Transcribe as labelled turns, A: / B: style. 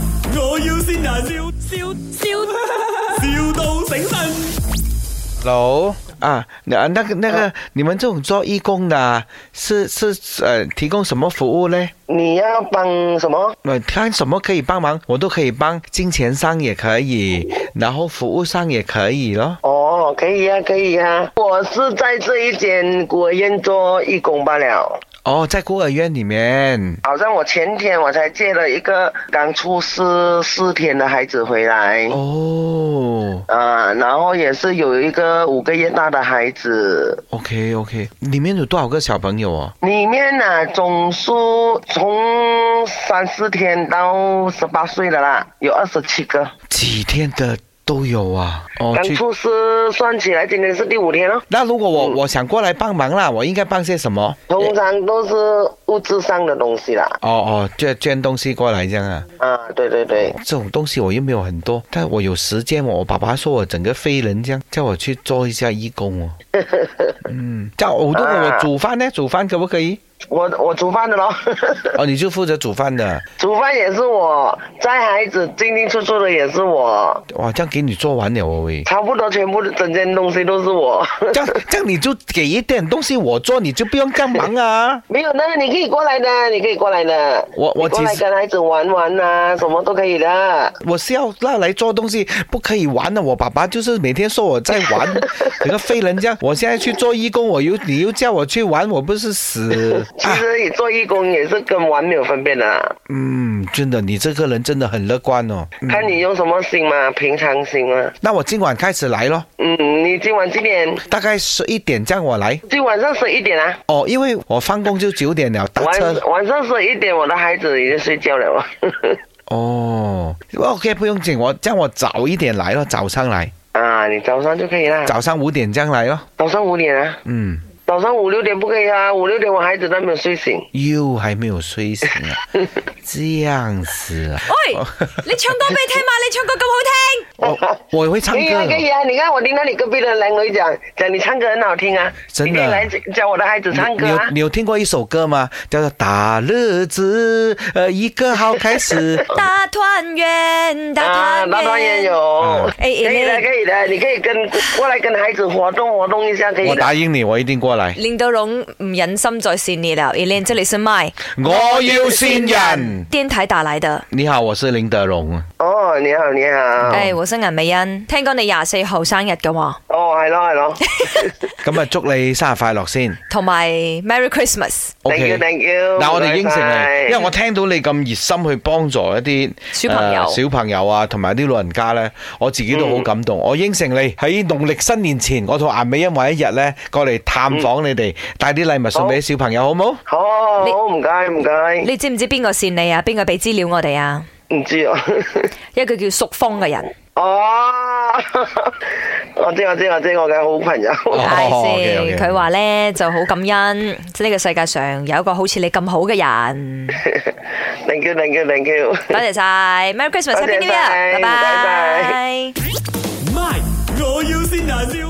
A: 要先人，笑笑笑，,笑到醒神。
B: Hello 啊，那那个那个，你们这种做义工的啊，是是呃，提供什么服务嘞？
C: 你要帮什么？
B: 呃，看什么可以帮忙，我都可以帮，金钱上也可以，然后服务上也可以咯。
C: 哦，可以呀、可以呀、我是在这一间孤儿院做义工罢了。
B: 哦，在孤儿院里面，
C: 好像我前天我才接了一个刚出世四天的孩子回来，
B: 哦
C: 啊，然后也是有一个五个月大的孩子，
B: ，OK OK，里面有多少个小朋友哦？
C: 里面呢、总数从三四天到十八岁的啦，有二十七个，
B: 几天的都有啊。哦
C: 刚
B: 去
C: 出世算起来今天是第五天了。
B: 那如果我我想过来帮忙啦，我应该帮些什么？
C: 通常都是物质上的东西啦，
B: 哦哦，捐捐东西过来这样啊。
C: 啊，对对对，
B: 这种东西我又没有很多，但我有时间哦。我爸爸说我整个飞人这样，叫我去做一下义工哦。 嗯，叫我如果我煮饭呢，煮饭可不可以？
C: 我我煮饭的咯，
B: 哦，你就负责煮饭的，
C: 煮饭也是我，带孩子进进出出的也是我，
B: 哇，这样给你做完了哦喂。
C: 差不多全部的整件东西都是我。
B: 这样这样你就给一点东西我做，你就不用干忙 啊。
C: 没有那你可以过来的，你可以过来的。
B: 我我
C: 你过
B: 其
C: 来
B: 实
C: 跟孩子玩玩呐、什么都可以的。
B: 我是要拿来做东西，不可以玩的。我爸爸就是每天说我在 玩，整个废人这样。我现在去做义工，我又你又叫我去玩，我不是 死
C: 其
B: 啊？
C: 实你做义工也是跟玩没有分别的啦，
B: 嗯，真的，你这个人真的很乐观哦。
C: 看你用什么心嘛，平常心嘛。
B: 那我今晚开始来咯，
C: 嗯，你今晚几点？
B: 大概十一点这样我来。
C: 今晚上十一点啊。
B: 哦，因为我放工就九点了，打
C: 晚
B: 车。
C: 晚上十一点，我的孩子已经睡觉了。
B: 哦，OK，不用紧，我这样我早一点来咯，早上来，
C: 啊，你早上就可以啦。
B: 早上五点这样来咯。
C: 早上五点啊，
B: 嗯，
C: 早上五六点不可以啊，五六点我孩子都还没有睡醒。
B: 又还没有睡醒 啊，这样子啊，
D: 喂，你唱歌俾你聽嘛？你唱歌咁好聽，
B: 我哦我会唱
C: 可以啊，
B: 歌
C: 可以
B: 的。
C: 啊！你看我听到你隔壁的男儿讲讲你唱歌很好听啊，
B: 真的
C: 你可以来教我的孩子唱歌
B: 你有
C: 啊。
B: 你有听过一首歌吗？叫做《大日子》，呃，一个好开 始。
D: 大團圓，
C: 啊，
D: 大
C: 那当
D: 團
C: 然
D: 圓。
C: 有
B: 嗯，
D: 哎
C: 可以的，可以的，你可以跟过来跟孩子活动活动一下，可以
B: 我
C: 的。
B: 答应你，我一定过来。
D: 令到容唔忍心再線你了，也令这里是麦
B: 我要善人。
D: 電台打來的。
B: 你好，我是林德荣。
C: 哦，你好，你好。
D: 诶、哎我是顏美欣，聽講你廿四號生日嘅喎，
C: 哦，系咯，系咯。
B: 咁啊，祝你生日快樂先。
D: 同埋 Merry Christmas，
C: Thank
B: OK，
C: you，Thank you。
B: 嗱，我哋應承
C: 拜拜
B: 你，因為我聽到你咁熱心去幫助一啲
D: 小朋友
B: 呃小朋友啊，同埋啲老人家咧，我自己都好感動。我應承你喺農曆新年前，我同顏美欣話一日咧過嚟探訪你哋，帶啲禮物送俾啲小朋友，好冇？
C: 好好，
D: 你
C: 好唔該，唔該。
D: 你知唔知邊個線你啊？邊個俾資料我哋啊？
C: 唔知啊。
D: 一個叫淑芳嘅人，
C: 哦，我知我知我知，我嘅好朋友。
B: 哦
D: 唉哎先
B: OK，OK
D: 佢話咧就好感恩，呢、個世界上有一個好似你咁好嘅人，
C: Thank you，Thank you，Thank you。
D: 多謝晒，Merry Christmas，Happy New
C: 多謝
D: Year，
C: 晒
D: 拜
C: 拜
D: 拜。
A: My，我要先人，笑